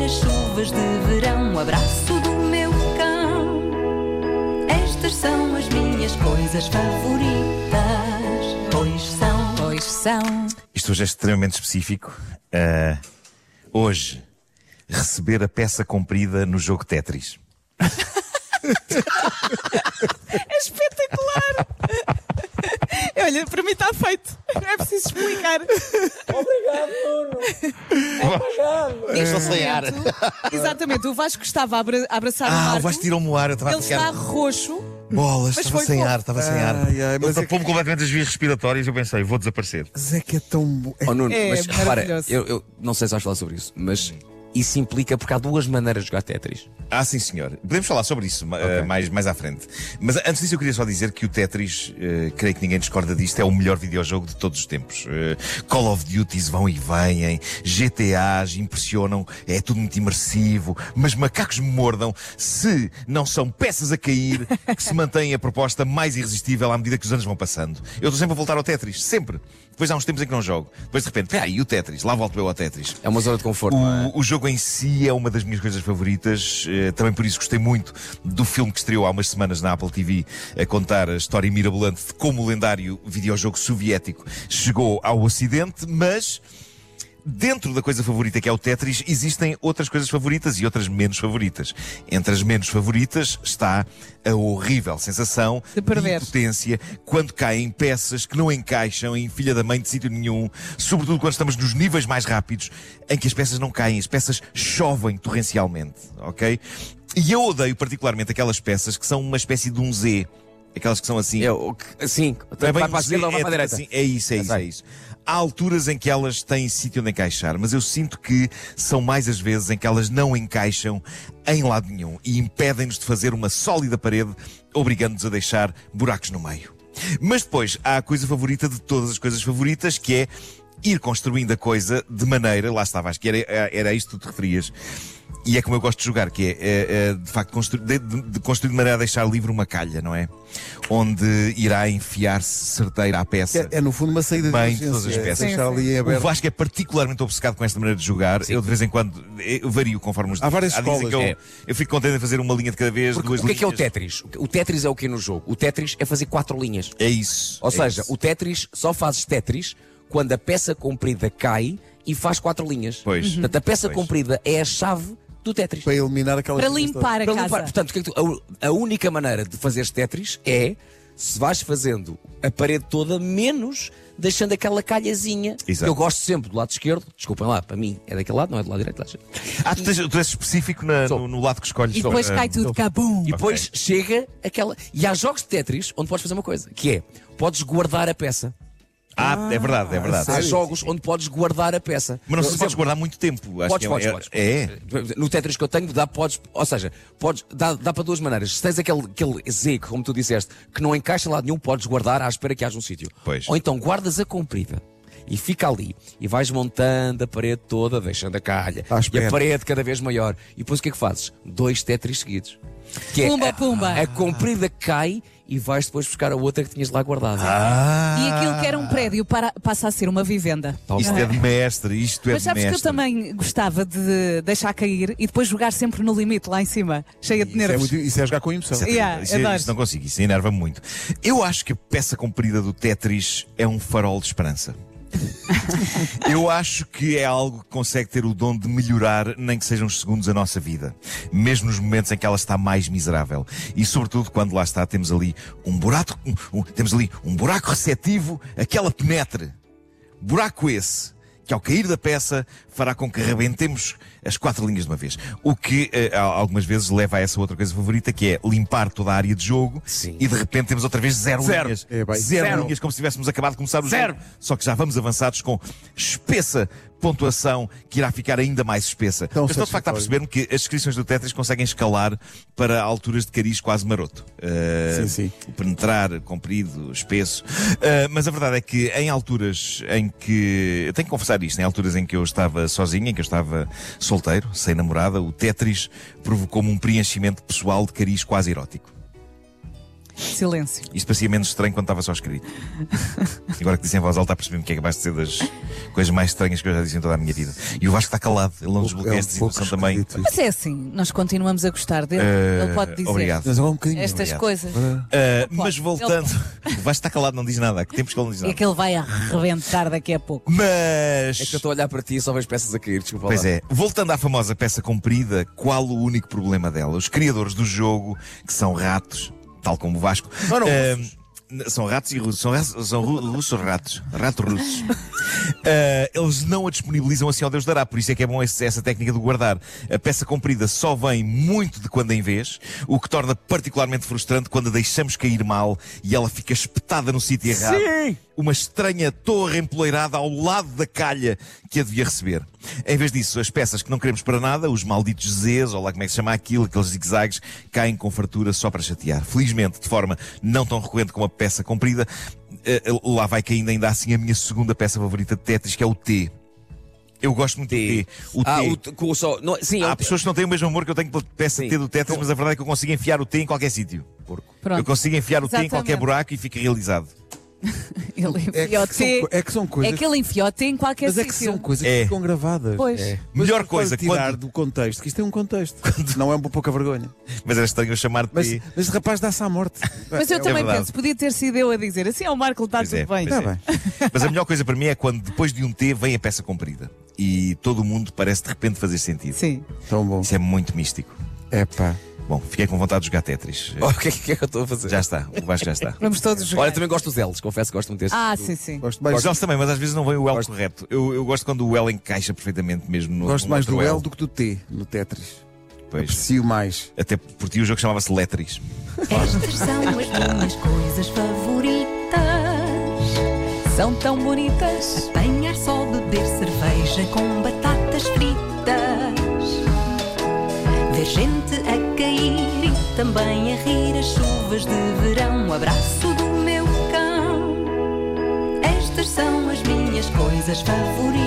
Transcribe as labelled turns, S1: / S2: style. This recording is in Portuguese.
S1: nas chuvas de verão. O abraço do meu cão. Estas são as minhas coisas favoritas. Pois são, pois são.
S2: Isto hoje é extremamente específico. Ah, hoje, receber a peça comprida no jogo Tetris.
S3: É espetacular! Olha, para mim está feito. Não é preciso explicar.
S4: Eu estou sem ar.
S3: Exatamente, o Vasco estava a abra- a abraçar o
S4: Ah,
S3: Marco.
S4: o Vasco tirou-me o ar. Eu estava a
S3: Ele está
S4: ficar.
S3: roxo.
S4: Bolas,
S3: Mas
S4: estava
S3: foi
S4: sem
S3: fofo.
S4: ar, estava sem ar.
S5: Ai, ai,
S2: Ele
S5: mas, é que,
S2: tapou-me completamente as vias respiratórias e eu pensei, vou desaparecer.
S5: mas é que é tão. bo- É,
S6: Oh, Nuno,
S3: É
S6: mas repara,
S3: maravilhoso.
S6: eu, eu não sei se vais falar sobre isso, mas isso implica porque há duas maneiras de jogar Tetris.
S2: Ah, sim, senhor. Podemos falar sobre isso ma- eh, mais, mais à frente. Mas antes disso, eu queria só dizer que o Tetris, eh, creio que ninguém discorda disto, é o melhor videojogo de todos os tempos. Eh, Call of Duties vão e vêm, GTAs impressionam, é tudo muito imersivo, mas macacos me mordam se não são peças a cair que se mantém a proposta mais irresistível à medida que os anos vão passando. Eu estou sempre a voltar ao Tetris, sempre. Depois há uns tempos em que não jogo. Depois de repente, peraí, e o Tetris? Lá volto eu ao Tetris.
S6: É uma zona de conforto, não é?
S2: O, o jogo em si é uma das minhas coisas favoritas. eh, também por isso gostei muito do filme que estreou há umas semanas na Apple TV a contar a história mirabolante de como o lendário videojogo soviético chegou ao Ocidente, mas. Dentro da coisa favorita que é o Tetris, existem outras coisas favoritas e outras menos favoritas. Entre as menos favoritas está a horrível sensação
S3: De perder.
S2: impotência quando caem peças que não encaixam em filha da mãe de sítio nenhum, sobretudo quando estamos nos níveis mais rápidos em que as peças não caem, as peças chovem torrencialmente, ok? E eu odeio particularmente aquelas peças que são uma espécie de um Z, aquelas que são assim.
S6: É o que- Sim,
S2: Não é bem
S6: vai para a
S2: um Z,
S6: esquerda ou vai
S2: é
S6: para a direita.
S2: assim, é isso, é isso,
S6: sei.
S2: é isso. Há alturas em que elas têm sítio onde encaixar, mas eu sinto que são mais as vezes em que elas não encaixam em lado nenhum e impedem-nos de fazer uma sólida parede, obrigando-nos a deixar buracos no meio. Mas depois há a coisa favorita de todas as coisas favoritas, que é ir construindo a coisa de maneira, lá estava, acho que era, era a isto que tu te referias. E é como eu gosto de jogar, que é, é, é, de facto constru- de, de- de construir de maneira a deixar livre uma calha, não é? Onde irá enfiar-se certeira à peça.
S5: é, é, no fundo uma saída de
S2: Bem,
S5: emergência,
S2: todas as
S5: é
S2: peças.
S5: deixar ali em
S2: O
S5: aberto.
S2: Vasco é particularmente obcecado com esta maneira de jogar. Eu de vez em quando eu vario conforme os
S5: Há várias
S2: dias em que
S5: escolas,
S2: eu, eu fico contente em fazer uma linha de cada vez,
S6: é. Porque
S2: duas
S6: o que é que é o
S2: linhas.
S6: Tetris? O Tetris é o que no jogo? O Tetris é fazer quatro linhas.
S2: É isso.
S6: Ou
S2: é
S6: seja,
S2: isso.
S6: o Tetris só fazes Tetris quando a peça comprida cai e faz quatro linhas.
S2: Pois. Uhum.
S6: Portanto, a peça
S2: Pois.
S6: comprida é a chave do Tetris.
S5: Para eliminar aquela.
S3: Para limpar a
S6: Para limpar.
S3: casa.
S6: Portanto, o que é que tu- a, a única maneira de fazeres Tetris é se vais fazendo a parede toda, menos deixando aquela calhazinha.
S2: Exato.
S6: Eu gosto sempre do lado esquerdo, desculpem lá, para mim é daquele lado, não é do lado direito. lá está.
S2: Ah, tu, tens, tu és específico na- no, no lado que escolhes.
S3: E depois
S2: Ah,
S3: cai tudo, cabum.
S6: E depois chega aquela. E há jogos de Tetris onde podes fazer uma coisa, que é podes guardar a peça.
S2: Ah, é verdade, é verdade.
S6: Há jogos onde podes guardar a peça.
S2: Mas não sei
S6: Por
S2: se podes
S6: exemplo,
S2: guardar muito tempo. Acho que
S6: Podes,
S2: é,
S6: podes,
S2: é,
S6: podes.
S2: É.
S6: No Tetris que eu tenho, dá, podes, ou seja, podes, dá, dá para duas maneiras. Se tens aquele, aquele Z, que, como tu disseste, que não encaixa em lado nenhum, podes guardar à espera que haja um sítio.
S2: Pois.
S6: Ou então guardas a comprida e fica ali e vais montando a parede toda, deixando a calha.
S5: À
S6: E
S5: espera.
S6: a parede cada vez maior. E depois o que é que fazes? Dois Tetris seguidos. Que
S3: Pumba,
S6: a,
S3: pumba.
S6: A comprida cai e vais depois buscar a outra que tinhas lá guardada.
S2: Ah.
S3: E aquilo que era um prédio para- passa a ser uma vivenda.
S2: Isto é de mestre, isto é
S3: Mas
S2: de mestre.
S3: sabes que eu também gostava de deixar cair e depois jogar sempre no limite, lá em cima, cheia de
S5: Isso é,
S3: nervos.
S5: muito- isso é jogar com emoção.
S2: Isso é
S3: Yeah,
S2: terrível. Isso-
S3: adoro.
S2: isso não consigo, isso enerva muito. Eu acho que a peça comprida do Tetris é um farol de esperança. Eu acho que é algo que consegue ter o dom de melhorar, nem que sejam uns segundos, a nossa vida. Mesmo nos momentos em que ela está mais miserável. E sobretudo quando lá está, temos ali um buraco, um- um- temos ali um buraco receptivo, aquela penetre. Buraco esse que ao cair da peça fará com que rebentemos as quatro linhas de uma vez. O que eh, al- algumas vezes leva a essa outra coisa favorita que é limpar toda a área de jogo
S6: Sim.
S2: e de repente temos outra vez zero,
S5: Zero.
S2: linhas.
S5: É, bem,
S2: zero,
S5: zero.
S2: linhas, como se tivéssemos acabado de começar o zero. jogo. Só que já vamos avançados com espessa pontuação que irá ficar ainda mais espessa.
S5: Tão
S2: Mas estou de facto a
S5: satisfatório.
S2: perceber que as inscrições do Tetris conseguem escalar para alturas de cariz quase maroto. Eh,
S5: Sim, sim.
S2: o penetrar, comprido, espesso. Ah, mas a verdade é que em alturas em que. Eu tenho que confessar isto, em alturas em que eu estava sozinho, em que eu estava solteiro, sem namorada, o Tetris provocou-me um preenchimento pessoal de cariz quase erótico.
S3: Silêncio.
S2: Isso parecia menos estranho quando estava só escrito. Agora que disse em voz alta, percebi-me que é capaz de ser das coisas mais estranhas que eu já disse em toda a minha vida. E o Vasco está calado, ele não desbloqueia
S5: é um
S2: esta
S5: pouco
S2: situação também. Eh,
S5: esquisito.
S1: Mas é assim, nós continuamos a gostar dele. Ele pode dizer
S2: Obrigado.
S5: Mas é um bocadinho.
S1: estas
S2: obrigado.
S1: coisas.
S2: Ah,
S1: Ele
S2: mas
S1: pode,
S2: voltando, o Vasco está calado, não diz nada. Há Que tempos que ele não diz
S1: É
S2: nada.
S1: que ele vai arrebentar daqui a pouco.
S2: Mas.
S6: É que eu estou a olhar para ti e só vejo peças a cair, desculpa
S2: Pois
S6: lá.
S2: é, voltando à famosa peça comprida, qual o único problema dela? Os criadores do jogo, que são ratos, tal como o Vasco, ah, n- são ratos e russos, são, raço- são ru- russos ratos, ratos russos. Ah, eles não a disponibilizam assim ao Deus dará, por isso é que é bom esse- essa técnica do guardar. A peça comprida só vem muito de quando em vez, o que torna particularmente frustrante quando a deixamos cair mal e ela fica espetada no sítio errado. Uma estranha torre empoleirada ao lado da calha que a devia receber. Em vez disso, as peças que não queremos para nada, os malditos Zs, ou lá como é que se chama aquilo, aqueles zigue-zagues, caem com fartura só para chatear. Felizmente, de forma não tão recorrente como a peça comprida, eh, lá vai caindo ainda assim a minha segunda peça favorita de Tetris, que é o T. Eu gosto muito de T. O
S6: Ah,
S2: T.
S6: o t- com o só. não, sim, é
S2: Há
S6: o t-
S2: pessoas que não têm o mesmo amor que eu tenho pela peça
S6: Sim.
S2: T do Tetris, mas a verdade é que eu consigo enfiar o T em qualquer sítio. Porco.
S1: Pronto.
S2: Eu consigo enfiar o T em qualquer
S1: Exatamente.
S2: buraco e fico realizado.
S1: Ele
S5: É
S1: enfia o
S5: que, são,
S1: T.
S5: co- é que são
S1: É
S5: coisas.
S1: que ele enfia o T em qualquer
S5: mas é que são
S1: sítio.
S5: coisas
S2: É.
S5: que ficam gravadas. É.
S1: Pois.
S5: Mas
S2: Melhor
S5: tu podes
S2: coisa,
S5: tirar
S2: quando-
S5: do contexto, que isto é um contexto. Não é um pouca vergonha.
S2: Mas era estranho eu chamar
S5: Mas, tá
S2: T.
S5: mas rapaz, dá-se à morte.
S3: Mas eu
S2: É
S3: também
S2: verdade.
S3: penso, podia ter sido eu a dizer assim ao Marco, está
S2: Pois
S3: tudo
S2: é,
S3: bem.
S2: pois
S5: Está bem.
S2: Mas a melhor coisa para mim é quando depois de um T vem a peça comprida. E todo o mundo parece de repente fazer sentido.
S3: Sim.
S5: um Tão bom.
S2: Isso é muito místico.
S5: É pá.
S2: Bom, fiquei com vontade de jogar Tetris.
S6: Oh, O que é que é que eu estou a fazer?
S2: Já está, o Vasco já está.
S3: Vamos todos jogar.
S6: Olha, também gosto dos L's, confesso que gosto muito deste.
S3: Ah, sim, sim.
S5: Gosto mais,
S2: Os L's também, mas às vezes não vem o L correto. Eu, eu gosto quando o L encaixa perfeitamente mesmo no.
S5: gosto
S2: no
S5: mais
S2: outro
S5: do L do que do T no Tetris.
S2: Pois.
S5: Aprecio mais.
S2: Até por ti o jogo chamava-se Letris.
S1: Estas são as é minhas coisas favoritas. São tão bonitas. Apanhar só beber cerveja com batatas fritas. Ver gente a cair e também a rir as chuvas de verão. O abraço do meu cão. Estas são as minhas coisas favoritas.